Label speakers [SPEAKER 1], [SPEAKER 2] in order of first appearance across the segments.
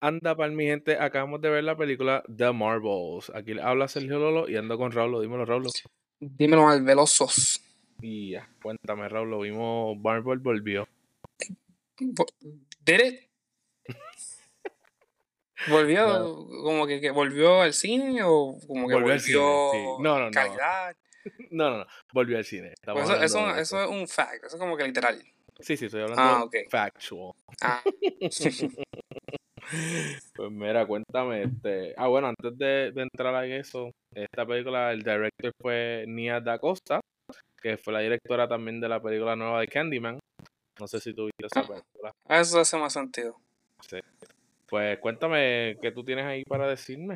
[SPEAKER 1] Anda pal, mi gente, acabamos de ver la película The Marvels. Aquí les habla Sergio Lolo y ando con Raulo. Dímelo, Raulo.
[SPEAKER 2] Dímelo al Velosos.
[SPEAKER 1] Y ya, cuéntame, Raulo, vimos Marvel volvió.
[SPEAKER 2] ¿Did it? ¿Volvió
[SPEAKER 1] No.
[SPEAKER 2] como que, que volvió al cine o como que
[SPEAKER 1] Volvió al cine,
[SPEAKER 2] volvió
[SPEAKER 1] sí. No, no, no.
[SPEAKER 2] calidad?
[SPEAKER 1] No, no, no, volvió al cine. Estamos
[SPEAKER 2] Pues eso,
[SPEAKER 1] hablando
[SPEAKER 2] eso-
[SPEAKER 1] de
[SPEAKER 2] eso es un fact, eso es como que literal.
[SPEAKER 1] Sí, sí, estoy hablando
[SPEAKER 2] Ah, ok.
[SPEAKER 1] factual.
[SPEAKER 2] Ah,
[SPEAKER 1] Pues mira, cuéntame, este... Ah, bueno, antes de, de entrar en eso, esta película, el director fue Nia Da Costa, que fue la directora también de la película nueva de Candyman. No sé si tú viste esa
[SPEAKER 2] Ah.
[SPEAKER 1] película.
[SPEAKER 2] eso hace más sentido.
[SPEAKER 1] Pues cuéntame, ¿qué tú tienes ahí para decirme?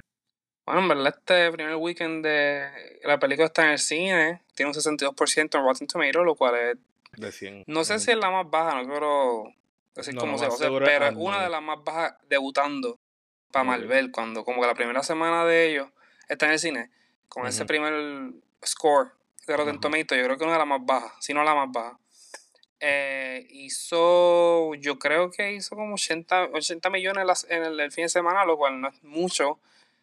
[SPEAKER 2] Bueno, en verdad este primer weekend de la película está en el cine, tiene un 62% en Rotten Tomatoes, lo cual es,
[SPEAKER 1] De 100.
[SPEAKER 2] no sé si es la más baja, no quiero decir
[SPEAKER 1] No,
[SPEAKER 2] cómo
[SPEAKER 1] lo
[SPEAKER 2] se va a
[SPEAKER 1] más
[SPEAKER 2] hacer,
[SPEAKER 1] seguro es
[SPEAKER 2] pero es una
[SPEAKER 1] Ant-Man.
[SPEAKER 2] de las más bajas debutando para
[SPEAKER 1] Ok.
[SPEAKER 2] Marvel, cuando como que la primera semana de ellos está en el cine, con ese
[SPEAKER 1] Ujú.
[SPEAKER 2] primer score de Rotten
[SPEAKER 1] Ajá.
[SPEAKER 2] Tomatoes, yo creo que una de las más bajas, si no la más baja. Eh, hizo, yo creo que hizo como 80, 80 millones las- en el, el fin de semana, lo cual no es mucho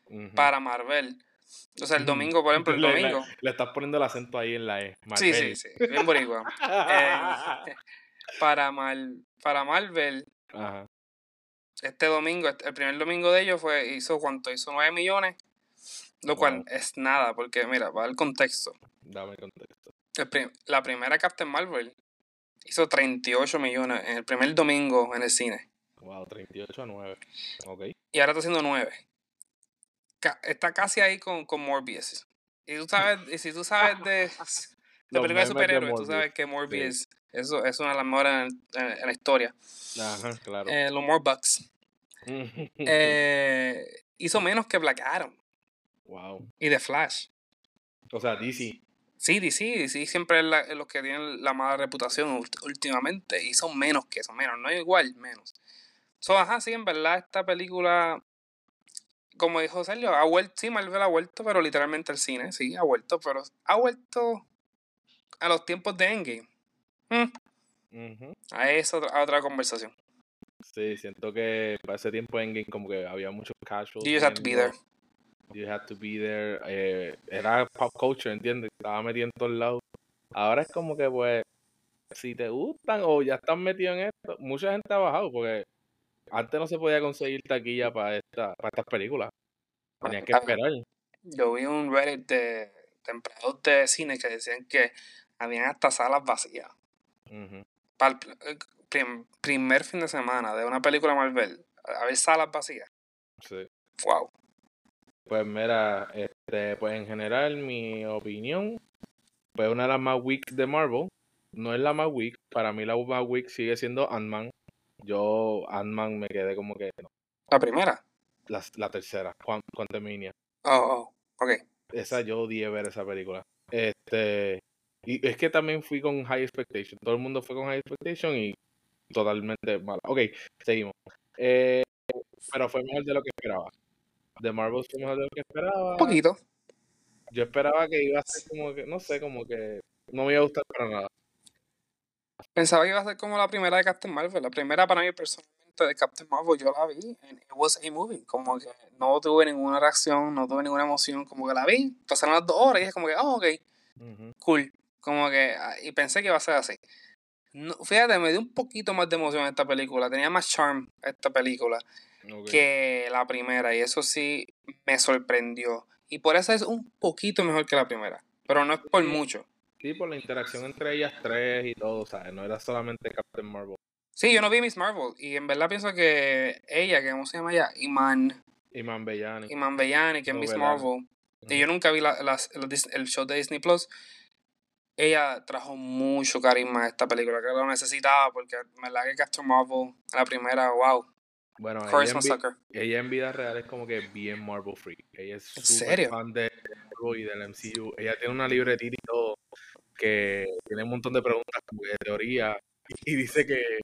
[SPEAKER 1] Ujú.
[SPEAKER 2] para Marvel. O sea, el
[SPEAKER 1] Ujú.
[SPEAKER 2] domingo, por ejemplo, el
[SPEAKER 1] Le- le-
[SPEAKER 2] domingo.
[SPEAKER 1] Le estás poniendo el acento ahí en la E.
[SPEAKER 2] Sí,
[SPEAKER 1] Marvel.
[SPEAKER 2] sí, sí, bien boricua. Eh, para, Mar- para Marvel,
[SPEAKER 1] Ajá.
[SPEAKER 2] este domingo, este- el primer domingo de ellos fue, hizo cuánto, hizo 9 millones, lo cual
[SPEAKER 1] Wow.
[SPEAKER 2] es nada, porque mira, para el contexto,
[SPEAKER 1] Dame el contexto.
[SPEAKER 2] el prim- la primera Captain Marvel hizo 38 millones en el primer domingo en el cine,
[SPEAKER 1] Wow, 38 a 9. Ok.
[SPEAKER 2] y ahora está haciendo 9. Ca- está casi ahí con, con Morbius. Y tú sabes, y si tú sabes de, de
[SPEAKER 1] Los
[SPEAKER 2] películas de
[SPEAKER 1] memes de
[SPEAKER 2] superhéroes, tú
[SPEAKER 1] Morbius,
[SPEAKER 2] sabes que Morbius eso, es una de las mejores en, en- en la historia.
[SPEAKER 1] Ajá, claro.
[SPEAKER 2] Eh, los Morbucks eh, hizo menos que Black Adam
[SPEAKER 1] wow.
[SPEAKER 2] y The Flash.
[SPEAKER 1] O sea, DC.
[SPEAKER 2] Sí, DC, DC siempre es la- es los que tienen la mala reputación ult- últimamente y son menos que eso, menos, no es igual, menos. So, ajá, sí, en verdad esta película, como dijo Sergio, ha vuelto, sí, Marvel ha vuelto, pero literalmente al cine, sí, ha vuelto, pero ha vuelto a los tiempos de Endgame. Mm,
[SPEAKER 1] Ujú.
[SPEAKER 2] a eso otra- a otra conversación.
[SPEAKER 1] Sí, siento que para ese tiempo en game como que había muchos casuals.
[SPEAKER 2] You just have to be there.
[SPEAKER 1] viendo, You had to be there. eh, era pop culture, ¿entiendes? Estaba metido en todos lados. Ahora es como que, pues, si te gustan o ya estás metido en esto, mucha gente ha bajado porque antes no se podía conseguir taquilla para esta, para estas películas. Tenías que
[SPEAKER 2] Ah,
[SPEAKER 1] esperar.
[SPEAKER 2] Yo vi un Reddit de, de empleados de cine que decían que habían hasta salas vacías.
[SPEAKER 1] Ujú.
[SPEAKER 2] Para el pr- eh, prim- primer fin de semana de una película Marvel, haber salas vacías.
[SPEAKER 1] Sí.
[SPEAKER 2] Wow.
[SPEAKER 1] Pues mira, este, pues en general mi opinión, pues una de las más weak de Marvel, no es la más weak, para mí la más weak sigue siendo Ant-Man. Yo Ant-Man me quedé como que no,
[SPEAKER 2] La primera.
[SPEAKER 1] la, la tercera, Juan Quantumania.
[SPEAKER 2] Oh, oh. Ok.
[SPEAKER 1] Esa yo odié ver esa película. Este, y es que también fui con High Expectation. Todo el mundo fue con High Expectation y totalmente mala. Ok, seguimos. Eh, pero fue mejor de lo que esperaba. The Marvels fue mejor de lo que
[SPEAKER 2] Un
[SPEAKER 1] esperaba.
[SPEAKER 2] poquito.
[SPEAKER 1] Yo esperaba que iba a ser como que, no sé, como que no me iba a gustar para nada.
[SPEAKER 2] Pensaba que iba a ser como la primera de Captain Marvel. La primera para mí personalmente de Captain Marvel, yo la vi. And it was a movie. Como que no tuve ninguna reacción, no tuve ninguna emoción. Como que la vi. Pasaron las dos horas y dije como que, oh, ok.
[SPEAKER 1] Ujú.
[SPEAKER 2] cool. Como que, ah, y pensé que iba a ser así. No, fíjate, me dio un poquito más de emoción esta película. Tenía más charm esta película
[SPEAKER 1] Ok.
[SPEAKER 2] que la primera. Y eso sí me sorprendió. Y por eso es un poquito mejor que la primera. Pero no es por
[SPEAKER 1] Sí.
[SPEAKER 2] mucho.
[SPEAKER 1] Sí, por la interacción entre ellas tres y todo, ¿sabes? No era solamente Captain Marvel.
[SPEAKER 2] Sí, yo no vi Miss Marvel. Y en verdad pienso que ella, que ¿cómo se llama ella? Iman,
[SPEAKER 1] Iman Bellani.
[SPEAKER 2] Iman Bellani, que es Miss
[SPEAKER 1] Novelani.
[SPEAKER 2] Marvel. Y
[SPEAKER 1] Ujú.
[SPEAKER 2] yo nunca vi la- las- los Dis- el show de Disney Plus. ella trajo mucho carisma a esta película, que lo necesitaba, porque en verdad que Captain Marvel, la primera, wow,
[SPEAKER 1] Bueno, ella en,
[SPEAKER 2] charisma
[SPEAKER 1] vi-
[SPEAKER 2] sucker.
[SPEAKER 1] ella en vida real es como que bien Marvel freak. Ella es
[SPEAKER 2] ¿En
[SPEAKER 1] súper
[SPEAKER 2] serio?
[SPEAKER 1] fan de Marvel y del MCU. Ella tiene una libretita y todo que tiene un montón de preguntas como que de teoría y dice que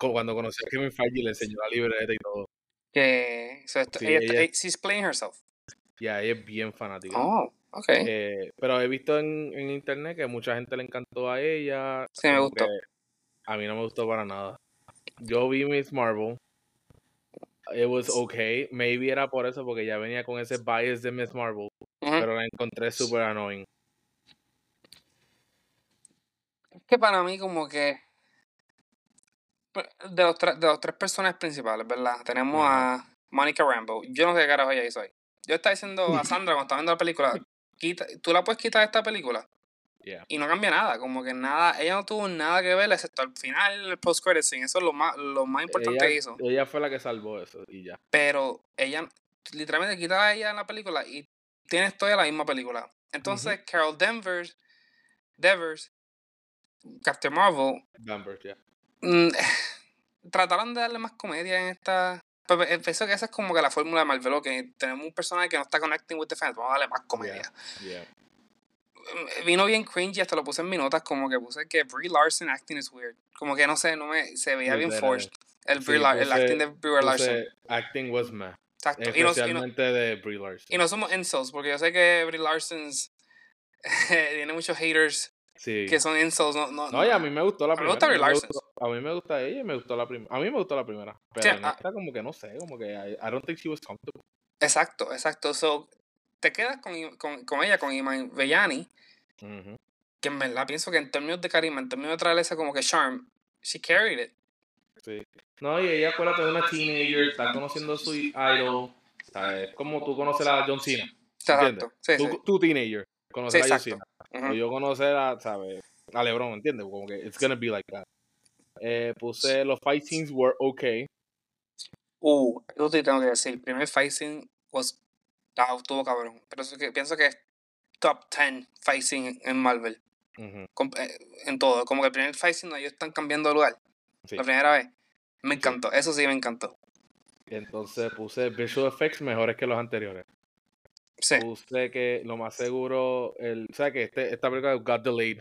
[SPEAKER 1] co- cuando conoció a Kevin Feige le enseñó la libreta y todo.
[SPEAKER 2] Que, so esto-
[SPEAKER 1] Sí,
[SPEAKER 2] ella,
[SPEAKER 1] ella,
[SPEAKER 2] eh, she's playing herself.
[SPEAKER 1] ya, ella es bien fanática.
[SPEAKER 2] Oh, ok.
[SPEAKER 1] Eh, pero he visto en, en internet que mucha gente le encantó a ella,
[SPEAKER 2] Sí, me
[SPEAKER 1] como que
[SPEAKER 2] gustó.
[SPEAKER 1] a mí no me gustó para nada. Yo vi Miss Marvel, It was okay. Maybe era por eso, porque ya venía con ese bias de Miss Marvel.
[SPEAKER 2] Ujú.
[SPEAKER 1] Pero la encontré super annoying.
[SPEAKER 2] Es que para mí como que pues, de los, tre- de los tres personajes principales, ¿verdad? Tenemos a Monica Rambo. Yo no sé qué carajo ella hizo ahí. Yo estaba diciendo a Sandra cuando estaba viendo la película, quita, tú la puedes quitar de esta película.
[SPEAKER 1] Yeah.
[SPEAKER 2] Y no cambia nada, como que nada, ella no tuvo nada que ver excepto al final, el post credit scene, eso es lo más, lo más importante que
[SPEAKER 1] Ella,
[SPEAKER 2] hizo.
[SPEAKER 1] ella fue la que salvó eso y ya.
[SPEAKER 2] Pero ella, literalmente quita a ella en la película y tienes toda la misma película. Entonces, Carol Danvers, Devers, Captain Marvel,
[SPEAKER 1] Danvers, ya.
[SPEAKER 2] Mm, trataron de darle más comedia en esta. Pero pe- pienso que esa es como que la fórmula de Marvel, ok, tenemos un personaje que no está connecting with the fans, vamos a darle más comedia.
[SPEAKER 1] Yeah.
[SPEAKER 2] Mm, Vino bien cringy, hasta lo puse en mis notas, como que puse que Brie Larson acting is weird. Como que no sé, no me, se veía bien
[SPEAKER 1] Literal.
[SPEAKER 2] forced. El, Brie
[SPEAKER 1] Sí,
[SPEAKER 2] Lar- el
[SPEAKER 1] puse-
[SPEAKER 2] acting de Brie Larson.
[SPEAKER 1] Entonces, acting was meh.
[SPEAKER 2] Exacto. Y no, y, no,
[SPEAKER 1] Especialmente de Brie Larson.
[SPEAKER 2] y no somos insults, porque yo sé que Brie Larson tiene muchos haters
[SPEAKER 1] sí.
[SPEAKER 2] que son insults. No, no,
[SPEAKER 1] No, y a mí me gustó la
[SPEAKER 2] A mí
[SPEAKER 1] primera.
[SPEAKER 2] me gusta Brie
[SPEAKER 1] me
[SPEAKER 2] Larson.
[SPEAKER 1] gustó- a mí me gusta ella y me gustó la primera. A mí me gustó la primera. Pero
[SPEAKER 2] Sí, ah.
[SPEAKER 1] en
[SPEAKER 2] a-
[SPEAKER 1] esta como que no sé, como que I, I don't think she was comfortable.
[SPEAKER 2] Exacto, exacto. So, te quedas con, I- con, con ella, con Iman Vellani.
[SPEAKER 1] Ujú.
[SPEAKER 2] que en verdad pienso que en términos de carisma, en términos de traerle ese como que charm, she carried it.
[SPEAKER 1] No, y ella acuérdate de una teenager, está conociendo su idol. ¿sabes? Como tú conoces a John Cena. ¿Entiendes?
[SPEAKER 2] Exacto. Sí,
[SPEAKER 1] Tú,
[SPEAKER 2] sí.
[SPEAKER 1] tú teenager, conocer
[SPEAKER 2] Sí,
[SPEAKER 1] a John
[SPEAKER 2] exacto.
[SPEAKER 1] Cena.
[SPEAKER 2] Ujú.
[SPEAKER 1] O yo conocer a, ¿sabes? A LeBron, ¿entiendes? Como que it's gonna be like that. Eh, puse los fight scenes were okay.
[SPEAKER 2] Uh, eso sí tengo que decir. El primer fight scene was. Ah, estuvo cabrón. Pero eso que, pienso que es top 10 fight scene en Marvel.
[SPEAKER 1] Ujú.
[SPEAKER 2] Com- eh, En todo. Como que el primer fight scene, ellos están cambiando de lugar.
[SPEAKER 1] Sí.
[SPEAKER 2] La primera vez. Me encantó. Eso sí me encantó.
[SPEAKER 1] Entonces puse visual effects mejores que los anteriores.
[SPEAKER 2] Sí.
[SPEAKER 1] Puse que lo más seguro, el, o sea que este, esta película got delayed.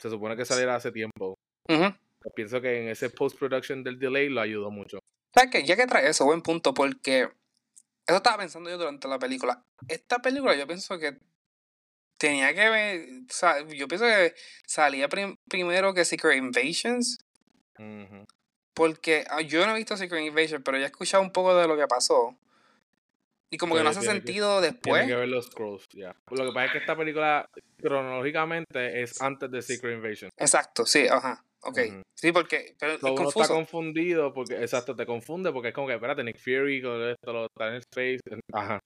[SPEAKER 1] Se supone que saliera hace tiempo.
[SPEAKER 2] Ujú.
[SPEAKER 1] Yo Pienso que en ese post-production del delay lo ayudó mucho.
[SPEAKER 2] ¿Sabes qué? Ya que trae eso, buen punto, porque eso estaba pensando yo durante la película. Esta película yo pienso que tenía que ver, o sea, yo pienso que salía prim- primero que Secret Invasions,
[SPEAKER 1] Ujú.
[SPEAKER 2] porque ah, yo no he visto Secret Invasions, pero ya he escuchado un poco de lo que pasó. Y como que no
[SPEAKER 1] Sí,
[SPEAKER 2] hace
[SPEAKER 1] tiene que-
[SPEAKER 2] sentido
[SPEAKER 1] Tiene
[SPEAKER 2] después.
[SPEAKER 1] que ver los scrolls, ya. Lo que pasa es que esta película cronológicamente es antes de Secret Invasion.
[SPEAKER 2] Exacto, sí, ajá. Ok.
[SPEAKER 1] Ujú.
[SPEAKER 2] Sí, porque
[SPEAKER 1] So,
[SPEAKER 2] pero es
[SPEAKER 1] uno está
[SPEAKER 2] confuso.
[SPEAKER 1] confundido porque, exacto, te confunde porque es como que, espérate, Nick Fury con esto, lo está en Space. Ajá.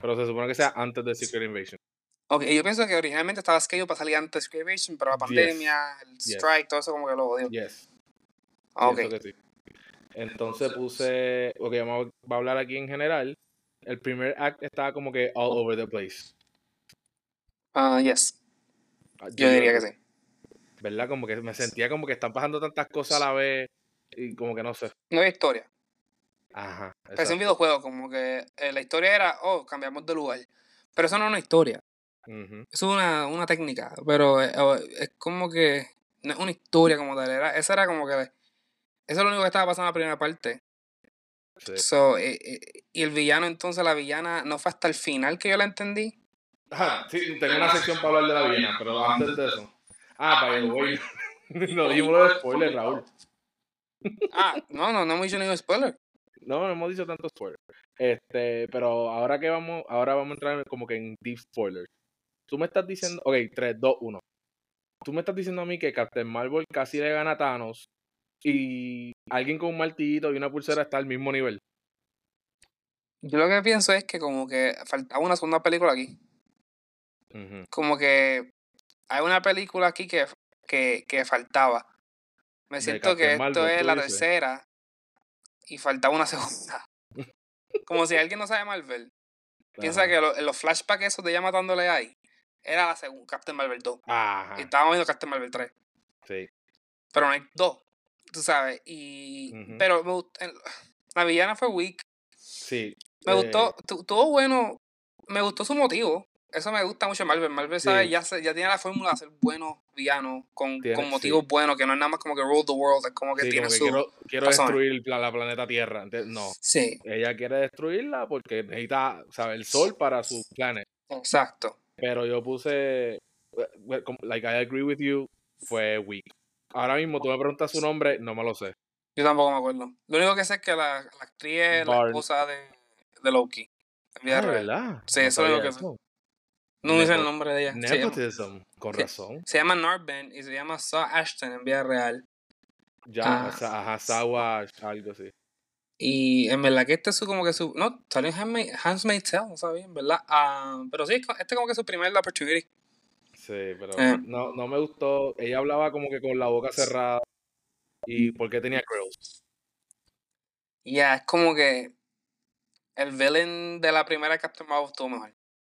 [SPEAKER 1] Pero se supone que sea antes de Secret Invasion.
[SPEAKER 2] Ok, yo pienso que originalmente estaba scheduled para salir antes de Secret Invasion, pero la
[SPEAKER 1] Yes,
[SPEAKER 2] pandemia, el
[SPEAKER 1] yes.
[SPEAKER 2] strike, todo eso como que lo odio.
[SPEAKER 1] Yes.
[SPEAKER 2] Ah, ok.
[SPEAKER 1] Pienso que sí. Entonces puse, ok, vamos a- va a hablar aquí en general. El primer act estaba como que all over the place.
[SPEAKER 2] Ah, yes.
[SPEAKER 1] Ah,
[SPEAKER 2] Yo diría que
[SPEAKER 1] agree.
[SPEAKER 2] sí.
[SPEAKER 1] ¿Verdad? Como que me sentía como que están pasando tantas cosas a la vez y como que no sé.
[SPEAKER 2] No hay historia.
[SPEAKER 1] Ajá.
[SPEAKER 2] Parecía
[SPEAKER 1] exacto.
[SPEAKER 2] un videojuego, como que eh, la historia era, oh, cambiamos de lugar. Pero eso no es una historia.
[SPEAKER 1] Ujú.
[SPEAKER 2] Es una, una técnica, pero eh, o- es, como que no es una historia como tal. Era, esa era como que. Eso es lo único que estaba pasando en la primera parte.
[SPEAKER 1] Sí.
[SPEAKER 2] So, eh, eh, y el villano, entonces, la villana, no fue hasta el final que yo la entendí.
[SPEAKER 1] Ajá, sí, tengo una sección para hablar de la Viena, pero antes de eso. Ah, by the way. No dijimos lo de spoiler, Raúl.
[SPEAKER 2] Ah, no, no, no hemos dicho ningún spoiler.
[SPEAKER 1] No, no hemos dicho tanto spoiler. Este, pero ahora que vamos, ahora vamos a entrar como que en deep spoilers. Tú me estás diciendo, ok, 3, 2, 1. Tú me estás diciendo a mí que Captain Marvel casi le gana a Thanos y alguien con un martillito y una pulsera está al mismo nivel.
[SPEAKER 2] Yo lo que pienso es que, como que faltaba una segunda película aquí. Como que hay una película aquí que, que, que faltaba. Me
[SPEAKER 1] De
[SPEAKER 2] siento que
[SPEAKER 1] Captain
[SPEAKER 2] esto
[SPEAKER 1] Marvel,
[SPEAKER 2] es
[SPEAKER 1] tú
[SPEAKER 2] la
[SPEAKER 1] dices.
[SPEAKER 2] tercera y faltaba una segunda. Como si alguien no sabe Marvel. Piensa
[SPEAKER 1] Ajá.
[SPEAKER 2] que lo- en los flashbacks esos de ya matándole ahí era la segunda Captain Marvel 2. Y
[SPEAKER 1] Ajá,
[SPEAKER 2] estábamos viendo Captain Marvel 3.
[SPEAKER 1] sí.
[SPEAKER 2] Pero no hay 2. Tú sabes. Y.
[SPEAKER 1] Ujú.
[SPEAKER 2] Pero me gust- el- la villana fue weak.
[SPEAKER 1] Sí.
[SPEAKER 2] Me
[SPEAKER 1] eh,
[SPEAKER 2] gustó. tu- Tuvo bueno. Me gustó su motivo. Eso me gusta mucho de Marvel. Marvel, ¿sabes?
[SPEAKER 1] Sí.
[SPEAKER 2] Ya, se- ya tiene la fórmula de ser buenos villanos con,
[SPEAKER 1] Tiene-
[SPEAKER 2] con
[SPEAKER 1] sí.
[SPEAKER 2] motivos buenos, que no es nada más como que rule the world, es como que
[SPEAKER 1] Sí,
[SPEAKER 2] tiene
[SPEAKER 1] como que
[SPEAKER 2] su.
[SPEAKER 1] quiero, quiero
[SPEAKER 2] razones.
[SPEAKER 1] destruir el pla- la planeta Tierra. Ente- no,
[SPEAKER 2] Sí,
[SPEAKER 1] ella quiere destruirla porque necesita, sabe, el sol para su planet.
[SPEAKER 2] exacto.
[SPEAKER 1] Pero yo puse, eh, eh, como- like I agree with you, fue weak. Ahora mismo tú me preguntas su nombre, no me lo sé.
[SPEAKER 2] Yo tampoco me acuerdo. Lo único que sé es que la, la actriz es la
[SPEAKER 1] Barn.
[SPEAKER 2] esposa de, de Loki. En vida
[SPEAKER 1] Ah,
[SPEAKER 2] real.
[SPEAKER 1] ¿verdad?
[SPEAKER 2] Sí,
[SPEAKER 1] No
[SPEAKER 2] eso es lo
[SPEAKER 1] sabía
[SPEAKER 2] que-
[SPEAKER 1] eso.
[SPEAKER 2] No dice el
[SPEAKER 1] Nepo-
[SPEAKER 2] nombre de ella. Se llama,
[SPEAKER 1] Nepotism, con
[SPEAKER 2] Sí.
[SPEAKER 1] razón.
[SPEAKER 2] se llama Norben y se llama Saw Ashton en vida real.
[SPEAKER 1] Ya,
[SPEAKER 2] Ah.
[SPEAKER 1] o sea, ajá, Sawa, algo así.
[SPEAKER 2] Y en verdad que este es su como que su. No, salió en Handma- Handmaid's Tale, no sabía, en verdad. Ah, pero sí, este como que es su primer opportunity.
[SPEAKER 1] Sí, pero
[SPEAKER 2] Eh.
[SPEAKER 1] no, no me gustó. Ella hablaba como que con la boca cerrada. ¿Y por qué tenía grills?
[SPEAKER 2] Y ya, es como que. El villain de la primera Captain Marvel estuvo mejor.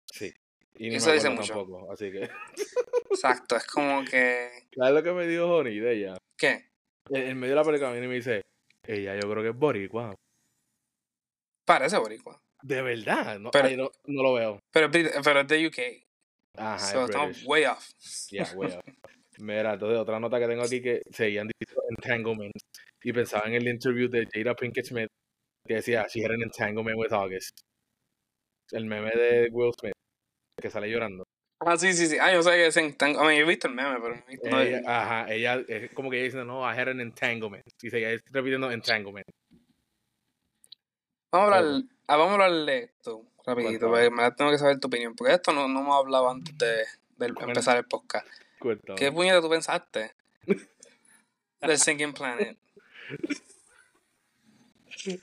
[SPEAKER 1] Sí. Y ni
[SPEAKER 2] Eso
[SPEAKER 1] me
[SPEAKER 2] dice
[SPEAKER 1] acuerdo
[SPEAKER 2] mucho.
[SPEAKER 1] tampoco. Así que,
[SPEAKER 2] Exacto, es como que.
[SPEAKER 1] ¿sabes lo que me dijo Johnny de ella?
[SPEAKER 2] ¿Qué?
[SPEAKER 1] En, en medio de la película viene y me dice, ella yo creo que es boricua.
[SPEAKER 2] Parece boricua.
[SPEAKER 1] De verdad, no,
[SPEAKER 2] Pero-
[SPEAKER 1] ay, no, no lo veo.
[SPEAKER 2] Pero, es brit- pero es de UK.
[SPEAKER 1] Ajá, es
[SPEAKER 2] so estamos
[SPEAKER 1] British.
[SPEAKER 2] way off.
[SPEAKER 1] Ya, wea. Mira, entonces otra nota que tengo aquí que seguían diciendo entanglement y pensaba en el interview de Jada Pinkett Smith que decía she had an entanglement with August. El meme de Will Smith que sale llorando.
[SPEAKER 2] Ah, sí, sí, sí. Ah, yo sé que dicen tan. A mí, yo he visto el meme, pero no he visto. no he-
[SPEAKER 1] Ella, ajá, ella es como que ella diciendo no, I had an entanglement. Y seguía repitiendo entanglement.
[SPEAKER 2] Vamos a hablar, ah, vamos a hablar de esto rapidito,
[SPEAKER 1] Cuéntame.
[SPEAKER 2] porque me la tengo que saber tu opinión, porque esto no, no hemos hablado antes de, de
[SPEAKER 1] Cuéntame.
[SPEAKER 2] empezar el podcast.
[SPEAKER 1] Cuéntame.
[SPEAKER 2] ¿Qué puñeta tú pensaste del Sinking Planet?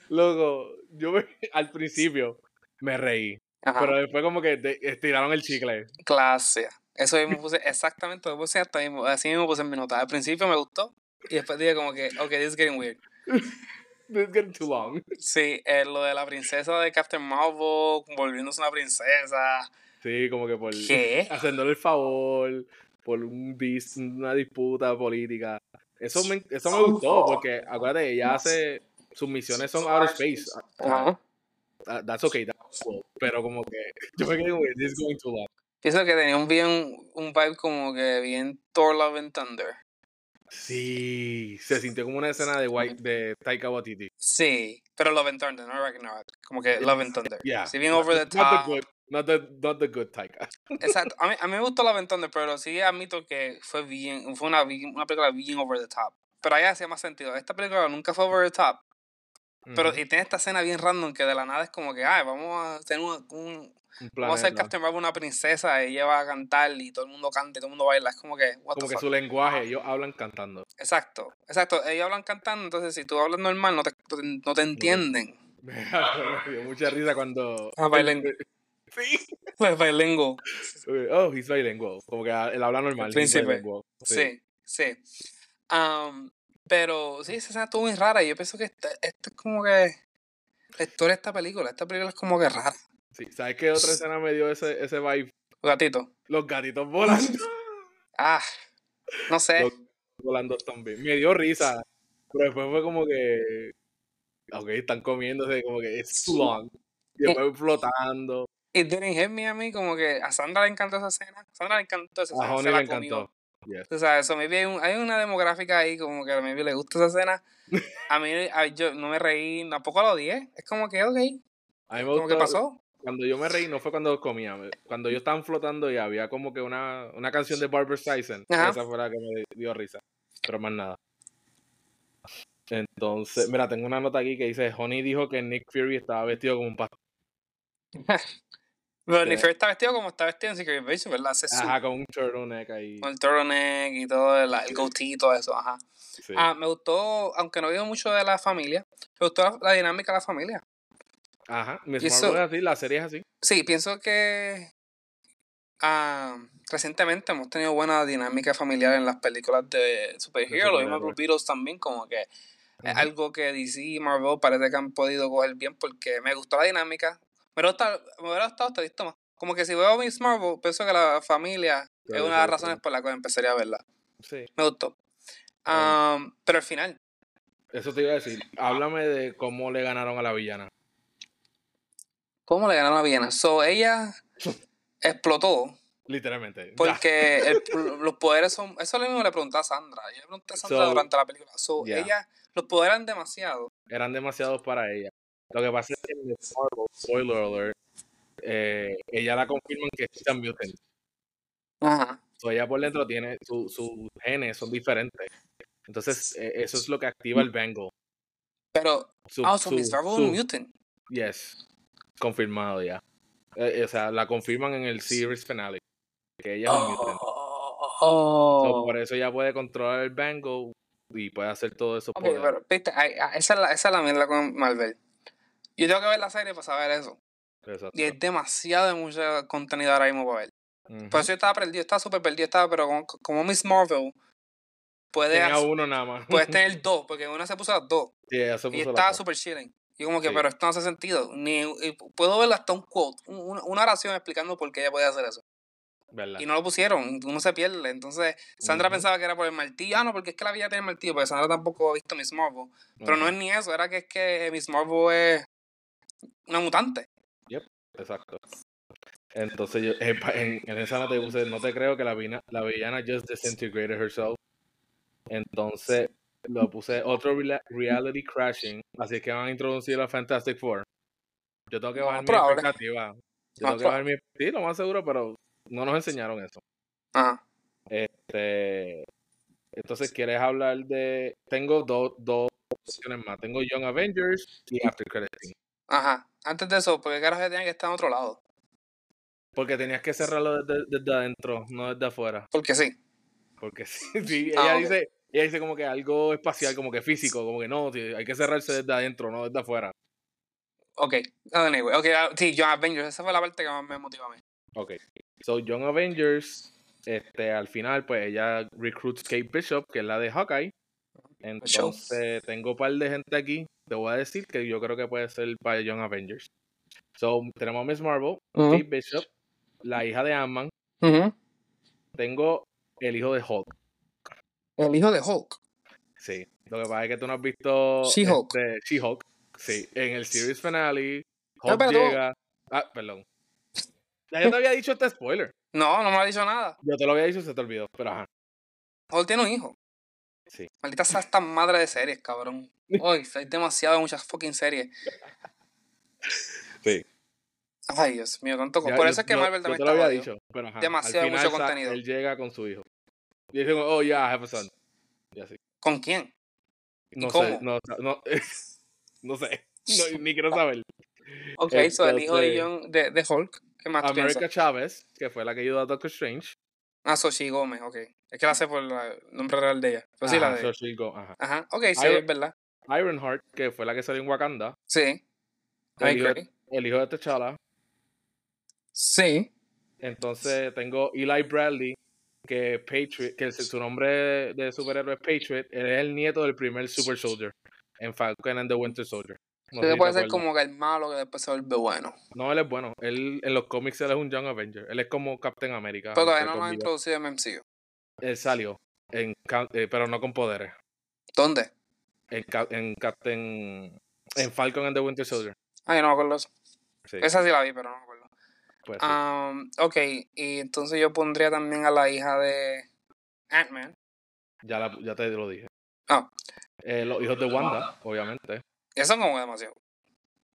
[SPEAKER 1] Loco, yo me- al principio me reí,
[SPEAKER 2] Ajá,
[SPEAKER 1] pero después como que de- estiraron el chicle.
[SPEAKER 2] clase. Eso mismo puse, exactamente lo que puse hasta mismo, así mismo puse en mi nota. Al principio me gustó, y después dije como que, ok, this is getting weird.
[SPEAKER 1] This is getting too long.
[SPEAKER 2] Sí, eh, lo de la princesa de Captain Marvel, volviéndose una princesa.
[SPEAKER 1] Sí, como que por...
[SPEAKER 2] ¿Qué?
[SPEAKER 1] haciéndole el favor por un dis- una disputa política. Eso me, eso me gustó porque acuérdate, ella hace sus misiones son outer space. Ah,
[SPEAKER 2] Ajá.
[SPEAKER 1] ah, that's okay, that's cool. Pero como que yo me quedé como que this is going too long.
[SPEAKER 2] Pienso que tenía un bien, un vibe como que bien Thor Love and Thunder.
[SPEAKER 1] Sí, se sintió como una escena de White de Taika Waititi.
[SPEAKER 2] Sí, pero Love and Thunder, no Ragnarok. Como que Love and Thunder.
[SPEAKER 1] Yeah.
[SPEAKER 2] Si bien over Eh, the
[SPEAKER 1] Not
[SPEAKER 2] top.
[SPEAKER 1] the good, not the, not the good Taika.
[SPEAKER 2] Exacto. A mí, a mí me gustó Love and Thunder, pero sí admito que fue bien, fue una, bien- una película bien over the top. Pero allá hacía más sentido. Esta película nunca fue over the top. Pero
[SPEAKER 1] Ujú,
[SPEAKER 2] y tiene esta escena bien random que de la nada es como que, ay, vamos a tener un, un-
[SPEAKER 1] un
[SPEAKER 2] vamos a hacer
[SPEAKER 1] planeta.
[SPEAKER 2] Captain Marvel una princesa, ella va a cantar y todo el mundo canta y todo el mundo baila. Es como que, what
[SPEAKER 1] Como
[SPEAKER 2] the
[SPEAKER 1] que
[SPEAKER 2] fuck.
[SPEAKER 1] su lenguaje, ellos hablan cantando.
[SPEAKER 2] Exacto, exacto. Ellos hablan cantando, entonces si tú hablas normal no te, no te- no te entienden.
[SPEAKER 1] Me dio mucha risa cuando.
[SPEAKER 2] Ah, bailan.
[SPEAKER 1] Sí.
[SPEAKER 2] Pues bilingüe.
[SPEAKER 1] Eh, Oh, he's bilingual. Como que él habla normal. he's
[SPEAKER 2] príncipe.
[SPEAKER 1] bilingual. Sí.
[SPEAKER 2] Sí, sí. Am, pero sí, esa escena estuvo muy rara. y Yo pienso que esta, esta es como que la historia de esta película. Esta película es como que rara.
[SPEAKER 1] sí. ¿Sabes qué otra escena me dio ese, ese vibe?
[SPEAKER 2] Gatito.
[SPEAKER 1] Los gatitos volando.
[SPEAKER 2] Ah, no sé.
[SPEAKER 1] Los- volando también. Me dio risa. Pero después fue como que. Ok, están comiéndose. Como que it's too long. Y
[SPEAKER 2] Eh.
[SPEAKER 1] después flotando.
[SPEAKER 2] Y didn't hit me a mí, como que a Sandra le encantó esa escena. A Sandra le encantó esa
[SPEAKER 1] A
[SPEAKER 2] escena.
[SPEAKER 1] Honey
[SPEAKER 2] Se
[SPEAKER 1] le
[SPEAKER 2] la
[SPEAKER 1] encantó.
[SPEAKER 2] comió.
[SPEAKER 1] Yes.
[SPEAKER 2] O sea, eso, maybe hay, un- hay una demográfica ahí como que a maybe le gusta esa escena. A mí, a- yo no me reí, tampoco lo odié. Es como que, ok,
[SPEAKER 1] A mí me
[SPEAKER 2] como que
[SPEAKER 1] gustó-
[SPEAKER 2] pasó.
[SPEAKER 1] Cuando yo me reí, no fue cuando comía. me- Cuando yo estaban flotando y había como que una, una canción de Barbara Streisand.
[SPEAKER 2] Ajá.
[SPEAKER 1] Esa fue la que me dio risa. Pero más nada. Entonces, mira, tengo una nota aquí que dice: Honey dijo que Nick Fury estaba vestido como un pastor.
[SPEAKER 2] Pero
[SPEAKER 1] Sí.
[SPEAKER 2] Nifer está vestido como está vestido en Secret Invasion, ¿verdad? Hace su
[SPEAKER 1] Ajá, con un turtleneck ahí.
[SPEAKER 2] Con el turtleneck y todo, el, el goatee y todo eso, ajá.
[SPEAKER 1] Sí.
[SPEAKER 2] Ah, me gustó, aunque no veo mucho de la familia, me gustó la, la dinámica de la familia.
[SPEAKER 1] Ajá, Miss
[SPEAKER 2] y eso-
[SPEAKER 1] Marvel es así, la serie es así.
[SPEAKER 2] Sí, pienso que ah, recientemente hemos tenido buena dinámica familiar en las películas de superhéroes, lo vimos en Blue
[SPEAKER 1] superhéroes.
[SPEAKER 2] Beatles también, como que es
[SPEAKER 1] Ujú.
[SPEAKER 2] algo que DC y Marvel parece que han podido coger bien porque me gustó la dinámica. Me hubiera gustado, me hubiera gustado hasta visto más. Como que si veo Miss Marvel, pienso que la familia
[SPEAKER 1] Claro,
[SPEAKER 2] es una de las
[SPEAKER 1] claro,
[SPEAKER 2] razones por las cuales empezaría a verla.
[SPEAKER 1] Sí.
[SPEAKER 2] Me gustó.
[SPEAKER 1] Ah.
[SPEAKER 2] Am, pero al final,
[SPEAKER 1] Eso te iba a decir. Háblame de cómo le ganaron a la villana.
[SPEAKER 2] ¿cómo le ganaron a Viena? So, ella explotó
[SPEAKER 1] Literalmente. Ya.
[SPEAKER 2] porque el- los poderes son. Eso lo mismo le pregunté a Sandra. Yo le pregunté a Sandra
[SPEAKER 1] So,
[SPEAKER 2] durante la película. So,
[SPEAKER 1] yeah.
[SPEAKER 2] ella. Los poderes eran demasiado.
[SPEAKER 1] Eran demasiados para ella. Lo que pasa es que en Miss Marvel, spoiler alert, eh, ella la confirman que es a mutant.
[SPEAKER 2] Ajá.
[SPEAKER 1] So, ella por e, dentro tiene, su- sus genes son diferentes. Entonces, eh, eso es lo que activa el Bengal.
[SPEAKER 2] Pero ah,
[SPEAKER 1] Su-
[SPEAKER 2] House of
[SPEAKER 1] su-
[SPEAKER 2] Misfavored
[SPEAKER 1] su-
[SPEAKER 2] Mutant.
[SPEAKER 1] Yes. Confirmado ya. Eh, eh, o sea, la confirman en el series finale. Que ella es un mutant. So,
[SPEAKER 2] Oh.
[SPEAKER 1] por eso ya puede controlar el Bango y puede hacer todo eso.
[SPEAKER 2] Ok, pero viste, ahí- ahí- esa, es la, esa es la mierda con Marvel. Yo tengo que ver la serie para saber eso. Y es demasiado de mucho contenido ahora mismo para ver. Por eso yo Pues estaba perdido, estaba súper perdido, estaba, pero como, como Miss Marvel puede,
[SPEAKER 1] Tenía
[SPEAKER 2] hacer-
[SPEAKER 1] uno nada más.
[SPEAKER 2] puedes tener dos, porque una se puso las dos.
[SPEAKER 1] Sí, ella se
[SPEAKER 2] pues, Y
[SPEAKER 1] puso la
[SPEAKER 2] estaba
[SPEAKER 1] cosa.
[SPEAKER 2] súper chilling. Y como que,
[SPEAKER 1] Sí.
[SPEAKER 2] pero esto no hace sentido. Ni, y puedo ver hasta un quote, un- una, una oración explicando por qué ella podía hacer eso.
[SPEAKER 1] ¿Verdad?
[SPEAKER 2] Y no lo pusieron, uno se pierde. Entonces, Sandra
[SPEAKER 1] Ujú.
[SPEAKER 2] pensaba que era por el martillo. Ah, no, porque es que la vida tiene martillo, porque Sandra tampoco ha visto Miss Marvel. Pero no
[SPEAKER 1] Ajá,
[SPEAKER 2] es ni eso, era que es que Miss Marvel es una mutante.
[SPEAKER 1] Exacto. Entonces yo en, pa- en- en esa nota yo puse, no te creo que la villana, la villana just disintegrated herself. Entonces lo puse otro rela- reality crashing. Así que van a introducir a Fantastic Four. Yo tengo que
[SPEAKER 2] Lo
[SPEAKER 1] bajar
[SPEAKER 2] más
[SPEAKER 1] mi
[SPEAKER 2] probable.
[SPEAKER 1] expectativa. Yo
[SPEAKER 2] Lo
[SPEAKER 1] tengo
[SPEAKER 2] más
[SPEAKER 1] que bajar mi... Sí, lo más seguro, pero no nos enseñaron eso.
[SPEAKER 2] Ajá.
[SPEAKER 1] Este, entonces, ¿quieres hablar de...? Tengo dos dos opciones más. Tengo Young Avengers y After Credit Scene.
[SPEAKER 2] Ajá. Antes de eso, porque carajo ella tenía que estar en otro lado.
[SPEAKER 1] Porque tenías que cerrarlo desde, desde adentro, no desde afuera.
[SPEAKER 2] Porque sí.
[SPEAKER 1] Porque sí, sí,
[SPEAKER 2] Ah,
[SPEAKER 1] ella,
[SPEAKER 2] ok.
[SPEAKER 1] dice, ella dice como que algo espacial, como que físico, como que no, sí, hay que cerrarse desde adentro, no desde afuera.
[SPEAKER 2] Ok. Anyway, ok. ah, Sí, John Avengers. Esa fue la parte que más me motivó a mí.
[SPEAKER 1] Ok. So, Young Avengers, este, al final, pues ella recruits Kate Bishop, que es la de Hawkeye.
[SPEAKER 2] show.
[SPEAKER 1] Entonces, tengo un par de gente aquí. Te voy a decir que yo creo que puede ser para Young Avengers. So, tenemos a Miss Marvel, Kate Bishop, la hija de Ant-Man.
[SPEAKER 2] Ujú.
[SPEAKER 1] Tengo el hijo de Hulk.
[SPEAKER 2] El hijo de Hulk.
[SPEAKER 1] Sí. Lo que pasa es que tú no has visto
[SPEAKER 2] She-Hulk.
[SPEAKER 1] este, She-Hulk. Sí. En el series finale,
[SPEAKER 2] Ah,
[SPEAKER 1] Hulk
[SPEAKER 2] pero tú-
[SPEAKER 1] llega. Ah, perdón. Ya yo te había dicho este spoiler.
[SPEAKER 2] No, no me ha dicho nada.
[SPEAKER 1] Yo te lo había dicho, se te olvidó. Pero ajá.
[SPEAKER 2] Hulk tiene un hijo.
[SPEAKER 1] Sí.
[SPEAKER 2] Maldita sea esta madre de series, cabrón. Uy, hay demasiado muchas fucking series.
[SPEAKER 1] Sí.
[SPEAKER 2] Ay, Dios mío, tanto. co-
[SPEAKER 1] Ya,
[SPEAKER 2] Por
[SPEAKER 1] yo-
[SPEAKER 2] eso es que
[SPEAKER 1] yo-
[SPEAKER 2] Marvel
[SPEAKER 1] yo
[SPEAKER 2] también
[SPEAKER 1] te lo
[SPEAKER 2] está
[SPEAKER 1] había
[SPEAKER 2] jodido.
[SPEAKER 1] dicho. Pero ajá.
[SPEAKER 2] Demasiado
[SPEAKER 1] al final,
[SPEAKER 2] mucho
[SPEAKER 1] sa-
[SPEAKER 2] contenido.
[SPEAKER 1] Él llega con su hijo. Y dicen, oh, yeah, I have a son. Y así.
[SPEAKER 2] ¿Con quién?
[SPEAKER 1] No sé,
[SPEAKER 2] cómo?
[SPEAKER 1] no, no, no sé. No, ni quiero saber.
[SPEAKER 2] Ok, so el hijo de
[SPEAKER 1] Entonces-
[SPEAKER 2] John, de, de Hulk. ¿Qué Ah, más tú piensas?
[SPEAKER 1] America Chávez, que fue la que ayudó a Doctor Strange.
[SPEAKER 2] Ah, Sochi Gómez, ok. Es que la sé por la- el nombre real de ella. Pero Pues sí, la
[SPEAKER 1] Ajá,
[SPEAKER 2] de.
[SPEAKER 1] Saoirse Go- ajá.
[SPEAKER 2] Ajá, ok, sí,
[SPEAKER 1] Iron-
[SPEAKER 2] es verdad.
[SPEAKER 1] Ironheart, que fue la que salió en Wakanda.
[SPEAKER 2] Sí.
[SPEAKER 1] El
[SPEAKER 2] I
[SPEAKER 1] hijo,
[SPEAKER 2] agree.
[SPEAKER 1] el hijo de T'Challa.
[SPEAKER 2] Sí.
[SPEAKER 1] Entonces tengo Eli Bradley, que es Patriot, que su- su nombre de superhéroe es Patriot. Él es el nieto del primer Super Soldier en Falcon and the Winter Soldier. No,
[SPEAKER 2] Creo
[SPEAKER 1] sé
[SPEAKER 2] que
[SPEAKER 1] si
[SPEAKER 2] puede
[SPEAKER 1] te
[SPEAKER 2] ser
[SPEAKER 1] acuerdas. Ah,
[SPEAKER 2] como que el malo que después se vuelve bueno.
[SPEAKER 1] No, él es bueno. Él en los cómics él es un Young Avenger. Él es como Captain America.
[SPEAKER 2] Pero todavía
[SPEAKER 1] entre
[SPEAKER 2] no lo han
[SPEAKER 1] comillas.
[SPEAKER 2] introducido en MCU.
[SPEAKER 1] Él salió, en, Ca- eh, pero no con poderes.
[SPEAKER 2] ¿Dónde?
[SPEAKER 1] En, Ca- en Captain. En Falcon and the Winter Soldier.
[SPEAKER 2] Ay, no me acuerdo eso.
[SPEAKER 1] Sí,
[SPEAKER 2] Esa sí la vi, pero no me acuerdo.
[SPEAKER 1] pues sí.
[SPEAKER 2] Um, ok, y entonces yo pondría también a la hija de Ant-Man.
[SPEAKER 1] Ya, la- ya te lo dije.
[SPEAKER 2] Ah.
[SPEAKER 1] Eh, los hijos de Wanda, obviamente.
[SPEAKER 2] Eso son como demasiado.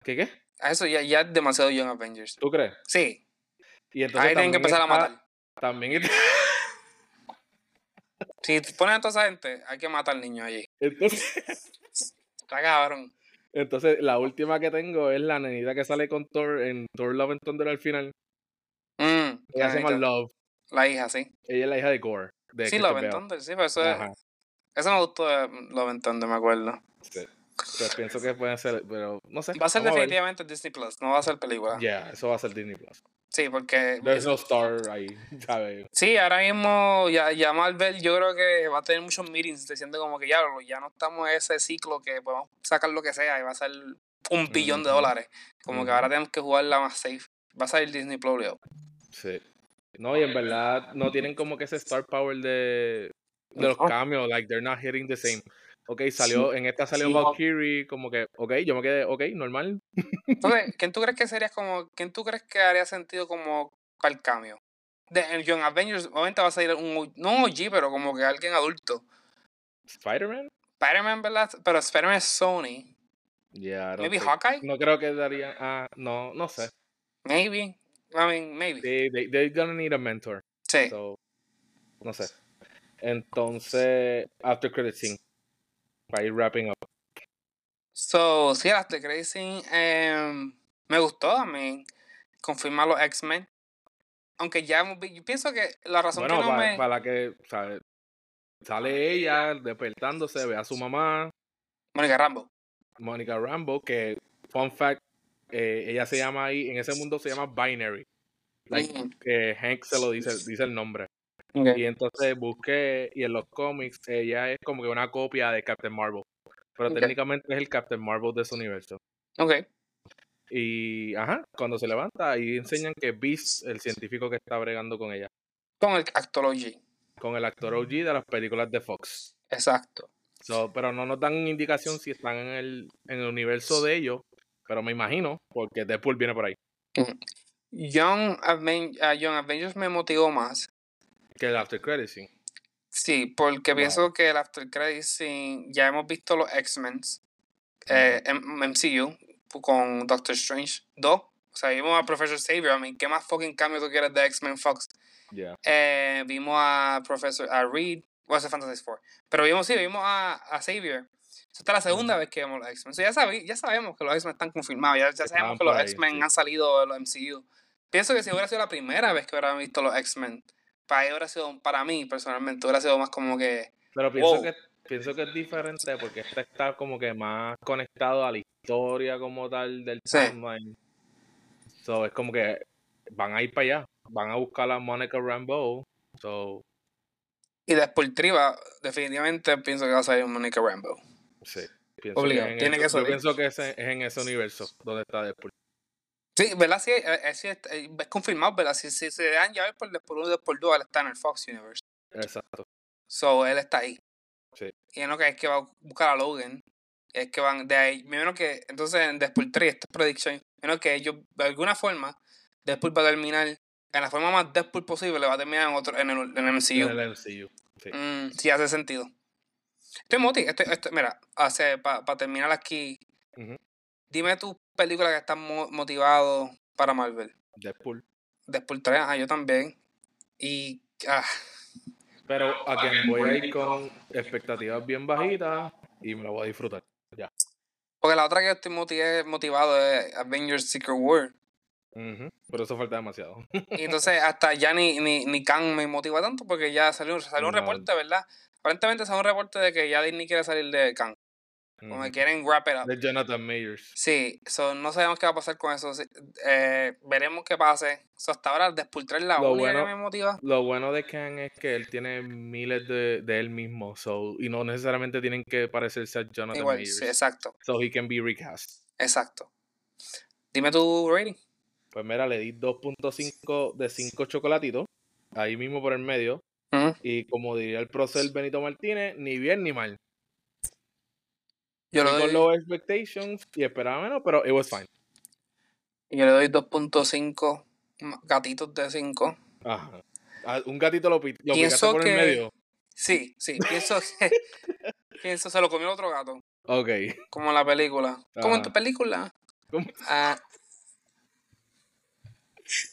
[SPEAKER 1] ¿Qué qué?
[SPEAKER 2] A eso ya, ya es demasiado Young Avengers.
[SPEAKER 1] ¿Tú crees?
[SPEAKER 2] Sí,
[SPEAKER 1] Y entonces
[SPEAKER 2] ahí tienen que
[SPEAKER 1] también
[SPEAKER 2] empezar a
[SPEAKER 1] está-
[SPEAKER 2] matar.
[SPEAKER 1] También
[SPEAKER 2] Si ponen a toda esa gente, hay que matar al niño allí.
[SPEAKER 1] entonces,
[SPEAKER 2] Está cabrón.
[SPEAKER 1] entonces, la última que tengo es la nenita que sale con Thor en Thor Love and Thunder al final.
[SPEAKER 2] Mm,
[SPEAKER 1] Ella se llama
[SPEAKER 2] Canelita.
[SPEAKER 1] Love.
[SPEAKER 2] La hija, sí.
[SPEAKER 1] Ella es la hija de Gore. De
[SPEAKER 2] Sí,
[SPEAKER 1] Christian
[SPEAKER 2] Love and
[SPEAKER 1] Bale.
[SPEAKER 2] Thunder, sí, pero eso,
[SPEAKER 1] Ajá.
[SPEAKER 2] eso me gustó eh, de Love and Thunder, me acuerdo.
[SPEAKER 1] Sí. Pues pienso que pueden ser, pero no sé.
[SPEAKER 2] Va a ser
[SPEAKER 1] vamos ver.
[SPEAKER 2] definitivamente Disney Plus, no va a ser película.
[SPEAKER 1] Yeah, eso va a ser Disney Plus.
[SPEAKER 2] Sí, porque.
[SPEAKER 1] There's no star ahí, ¿sabes?
[SPEAKER 2] Sí, ahora mismo ya, ya Marvel yo creo que va a tener muchos meetings diciendo como que ya, bro, ya no estamos en ese ciclo que podemos sacar lo que sea y va a ser un billón de
[SPEAKER 1] Ujú.
[SPEAKER 2] dólares. Como que
[SPEAKER 1] Ujú.
[SPEAKER 2] ahora tenemos que jugarla más safe. Va a salir Disney Plus, Leo.
[SPEAKER 1] Sí. No, y en verdad no tienen como que ese star power de, de los
[SPEAKER 2] No.
[SPEAKER 1] cambios. Like, they're not hitting the same. Ok, salió, en esta salió
[SPEAKER 2] Sí, no.
[SPEAKER 1] Valkyrie, como que, ok, yo me quedé, ok, normal.
[SPEAKER 2] Entonces, ¿quién tú crees que serías como, quién tú crees que haría sentido como para el cambio? De en Young Avengers, obviamente va a salir un, O- no un OG, pero como que alguien adulto.
[SPEAKER 1] Spider-Man?
[SPEAKER 2] Spider-Man, ¿verdad? Pero Spider-Man es Sony.
[SPEAKER 1] Yeah, I don't
[SPEAKER 2] Maybe
[SPEAKER 1] think-
[SPEAKER 2] Hawkeye?
[SPEAKER 1] No creo que darían. Ah, no, no sé.
[SPEAKER 2] Maybe. I mean, maybe.
[SPEAKER 1] They, they, they're gonna need a mentor.
[SPEAKER 2] Sí.
[SPEAKER 1] So, no sé. Entonces, after credit scene. Para ir wrapping up.
[SPEAKER 2] So, sí, las de Crazy em, me gustó también. Confirma los X-Men. Aunque ya hemos vi- yo pienso que la razón
[SPEAKER 1] Bueno,
[SPEAKER 2] que no
[SPEAKER 1] para,
[SPEAKER 2] me.
[SPEAKER 1] para que o sea, sale ella despertándose, ve a su mamá,
[SPEAKER 2] Mónica Rambo.
[SPEAKER 1] Mónica Rambo, que, fun fact, eh, ella se llama ahí, en ese mundo se llama Binary. Like,
[SPEAKER 2] Mm,
[SPEAKER 1] que Hank se lo dice, dice el nombre.
[SPEAKER 2] ok.
[SPEAKER 1] Y entonces busqué, y en los cómics, ella es como que una copia de Captain Marvel. Pero
[SPEAKER 2] Ok.
[SPEAKER 1] técnicamente es el Captain Marvel de su universo.
[SPEAKER 2] Ok.
[SPEAKER 1] Y, ajá, cuando se levanta, ahí enseñan que Beast, el científico que está bregando con ella,
[SPEAKER 2] Con el Actology.
[SPEAKER 1] con el actor OG de las películas de Fox.
[SPEAKER 2] Exacto.
[SPEAKER 1] So, pero no nos dan indicación si están en el, en el universo de ellos, pero me imagino, porque Deadpool viene por ahí,
[SPEAKER 2] Young, Aven- ah, Young Avengers me motivó más.
[SPEAKER 1] que el After Credit Scene.
[SPEAKER 2] Sí, porque
[SPEAKER 1] Wow.
[SPEAKER 2] pienso que el After Credits scene- ya hemos visto los X-Men, eh, M- MCU, con Doctor Strange 2. O sea, vimos a Professor Xavier. I mean, ¿qué más fucking cambio tú quieres de X-Men Fox?
[SPEAKER 1] Yeah.
[SPEAKER 2] Eh, vimos a Professor a Reed, o sea, Fantasy Four. Pero vimos, sí, vimos a, a Xavier. Esta es la segunda vez que vemos los X-Men. So, ya, sabí- ya sabemos que los X-Men están confirmados. Ya, ya sabemos
[SPEAKER 1] Estaban
[SPEAKER 2] que los
[SPEAKER 1] por ahí,
[SPEAKER 2] X-Men
[SPEAKER 1] sí.
[SPEAKER 2] han salido de los MCU. Pienso que si hubiera sido la primera vez que hubiera visto los X-Men, para, hubiera sido- para mí personalmente, hubiera sido más como que.
[SPEAKER 1] Pero pienso,
[SPEAKER 2] Wow.
[SPEAKER 1] que, pienso que es diferente porque este está como que más conectado a la historia como tal del
[SPEAKER 2] Sí.
[SPEAKER 1] timeline. So, es como que van a ir para allá, van a buscar a Monica Rambeau. So,
[SPEAKER 2] Y después Triva, definitivamente pienso que va a salir Monica Rambo.
[SPEAKER 1] sí. Pienso
[SPEAKER 2] Obligado,
[SPEAKER 1] en
[SPEAKER 2] tiene
[SPEAKER 1] ese-
[SPEAKER 2] que
[SPEAKER 1] yo
[SPEAKER 2] salir.
[SPEAKER 1] pienso que ese- es en ese universo donde está Deadpool.
[SPEAKER 2] Sí, ¿verdad? Sí, eh, eh, sí, eh, es confirmado, ¿verdad? Si, si se dan llaves por Deadpool 1 y Deadpool 2, él está en el Fox Universe.
[SPEAKER 1] Exacto.
[SPEAKER 2] So, él está ahí.
[SPEAKER 1] Sí.
[SPEAKER 2] Y es lo que es que va a buscar a Logan. Es que van de ahí. Menos que, entonces, en Deadpool 3, esta es predicción. Menos que ellos, de alguna forma, Deadpool va a terminar, en la forma más Deadpool posible, va a terminar en, otro, en, el, en el MCU.
[SPEAKER 1] En el MCU. Sí.
[SPEAKER 2] Mm, sí, hace sentido. Estoy moti, estoy, estoy- mira, para terminar aquí,
[SPEAKER 1] Ujú.
[SPEAKER 2] dime tus películas que están mo- motivado para Marvel.
[SPEAKER 1] Deadpool.
[SPEAKER 2] Deadpool 3, ajá, yo también. Y ah,
[SPEAKER 1] Pero again, voy a ir con expectativas bien bajitas y me lo voy a disfrutar.
[SPEAKER 2] porque la otra que estoy moti- es motivado es Avengers Secret War.
[SPEAKER 1] Ujú, Pero eso falta demasiado.
[SPEAKER 2] Y entonces hasta ya ni, ni, ni Kang me motiva tanto porque ya salió, salió un
[SPEAKER 1] No.
[SPEAKER 2] reporte, ¿verdad? Aparentemente salió un reporte de que ya Disney quiere salir de Kang. Como que
[SPEAKER 1] Ujú.
[SPEAKER 2] quieren wrap it up.
[SPEAKER 1] De Jonathan Mayers.
[SPEAKER 2] Sí, so, no sabemos qué va a pasar con eso. sí, eh, veremos qué pase. So, hasta ahora, Deadpool 3 es la
[SPEAKER 1] Lo
[SPEAKER 2] única
[SPEAKER 1] bueno-
[SPEAKER 2] que me motiva.
[SPEAKER 1] Lo bueno de Kang es que él tiene miles de, de él mismo, so, y no necesariamente tienen que parecerse a Jonathan
[SPEAKER 2] Igual,
[SPEAKER 1] Mayers.
[SPEAKER 2] sí, exacto,
[SPEAKER 1] So he can be recast.
[SPEAKER 2] exacto. Dime tu rating.
[SPEAKER 1] Pues mira, le di 2.5 de 5 chocolatitos, ahí mismo por el medio.
[SPEAKER 2] Ujú.
[SPEAKER 1] Y como diría el procel Benito Martínez, ni bien ni mal.
[SPEAKER 2] Yo, le
[SPEAKER 1] Fui
[SPEAKER 2] doy,
[SPEAKER 1] con low expectations y esperaba menos, pero it was fine.
[SPEAKER 2] yo le doy 2.5 ma- gatitos de 5.
[SPEAKER 1] Ajá. Ah, Un gatito lo, pi- lo picaste
[SPEAKER 2] Pienso
[SPEAKER 1] por
[SPEAKER 2] que-
[SPEAKER 1] el medio.
[SPEAKER 2] Sí, sí, pienso que... pienso, se lo comió otro gato,
[SPEAKER 1] Ok.
[SPEAKER 2] como en la película. Como en tu
[SPEAKER 1] Ajá.
[SPEAKER 2] película.
[SPEAKER 1] ¿Cómo?
[SPEAKER 2] Ah,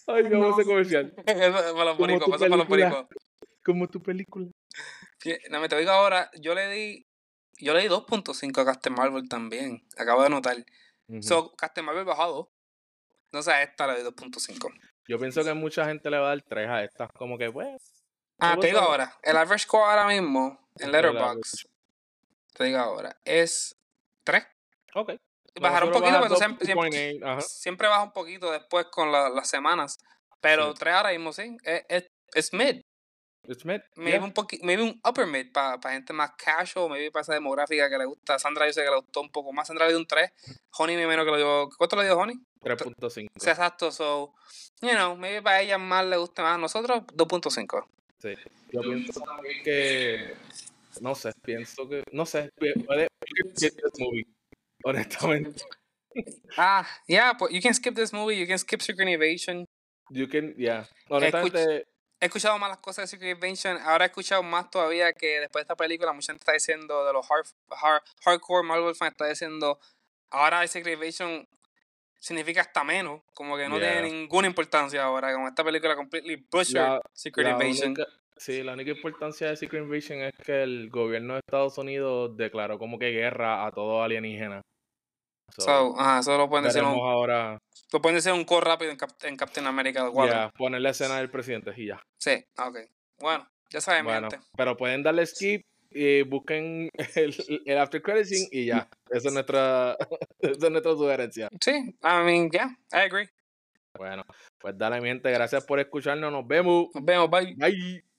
[SPEAKER 1] Ay, qué
[SPEAKER 2] No.
[SPEAKER 1] ese comercial.
[SPEAKER 2] eso es para
[SPEAKER 1] Como
[SPEAKER 2] los boricos,
[SPEAKER 1] tu
[SPEAKER 2] eso es para los
[SPEAKER 1] película.
[SPEAKER 2] boricos.
[SPEAKER 1] Como tu película.
[SPEAKER 2] Sí, No, me te digo ahora, yo le di, yo le di 2.5 a Captain Marvel también. Acabo de anotar. So, Captain Marvel bajó a 2. Entonces a esta le doy 2.5.
[SPEAKER 1] Yo pienso que mucha gente le va a dar 3 a estas. Como que, pues,
[SPEAKER 2] Ah,
[SPEAKER 1] Solo
[SPEAKER 2] te digo
[SPEAKER 1] son-
[SPEAKER 2] ahora, el average score ahora mismo en
[SPEAKER 1] El average.
[SPEAKER 2] Letterboxd, te digo ahora, es 3.
[SPEAKER 1] ok.
[SPEAKER 2] Bajaron un
[SPEAKER 1] Nosotros
[SPEAKER 2] poquito, pero
[SPEAKER 1] bajamos
[SPEAKER 2] siempre, siempre,
[SPEAKER 1] 2.8, ajá.
[SPEAKER 2] siempre baja un poquito después con la- las semanas. Pero
[SPEAKER 1] Sí.
[SPEAKER 2] 3 ahora mismo sí, es, es, es mid.
[SPEAKER 1] It's mid,
[SPEAKER 2] Maybe,
[SPEAKER 1] yeah.
[SPEAKER 2] un poqui- maybe un upper mid para gente más casual, maybe para esa demográfica que le gusta. Sandra yo sé que le gustó un poco más. Sandra le dio un 3. Honey me menos que le dio... ¿Cuánto le dio Honey?
[SPEAKER 1] 3.5.
[SPEAKER 2] O sea, exacto. So, you know, maybe para ella más le gusta más. Nosotros 2.5.
[SPEAKER 1] Sí. Yo pienso también que. No sé, pienso que. No sé. pi- Puede. we can skip this movie, Honestamente.
[SPEAKER 2] Ah, yeah, pues you can skip this movie, you can skip Secret Invasion.
[SPEAKER 1] You can, yeah. Honestamente,
[SPEAKER 2] He escuchado más las cosas de Secret Invasion, ahora he escuchado más todavía que después de esta película mucha gente está diciendo, de los hard, hard- hardcore Marvel fans está diciendo, ahora el Secret Invasion significa hasta menos, como que no
[SPEAKER 1] Yeah.
[SPEAKER 2] tiene ninguna importancia ahora, como esta película completely butchered
[SPEAKER 1] La-
[SPEAKER 2] Secret
[SPEAKER 1] la
[SPEAKER 2] Invasion.
[SPEAKER 1] única- sí, la única importancia de Secret Invasion es que el gobierno de Estados Unidos declaró como que guerra a todo alienígena. So,
[SPEAKER 2] So, ajá, eso lo pueden decir
[SPEAKER 1] veremos
[SPEAKER 2] un,
[SPEAKER 1] ahora.
[SPEAKER 2] lo pueden decir un call rápido en, Cap- en Captain America 4.
[SPEAKER 1] ya, poner la escena del presidente y ya.
[SPEAKER 2] Sí, ah, ok. Bueno, ya saben, mi
[SPEAKER 1] Bueno,
[SPEAKER 2] gente.
[SPEAKER 1] pero pueden darle skip y busquen el, el after credit scene y ya. Esa es nuestra, esa es nuestra sugerencia.
[SPEAKER 2] Sí, I mean, yeah, I agree.
[SPEAKER 1] Bueno, pues dale, mi gente. Gracias por escucharnos. Nos vemos.
[SPEAKER 2] Nos vemos, bye.
[SPEAKER 1] Bye.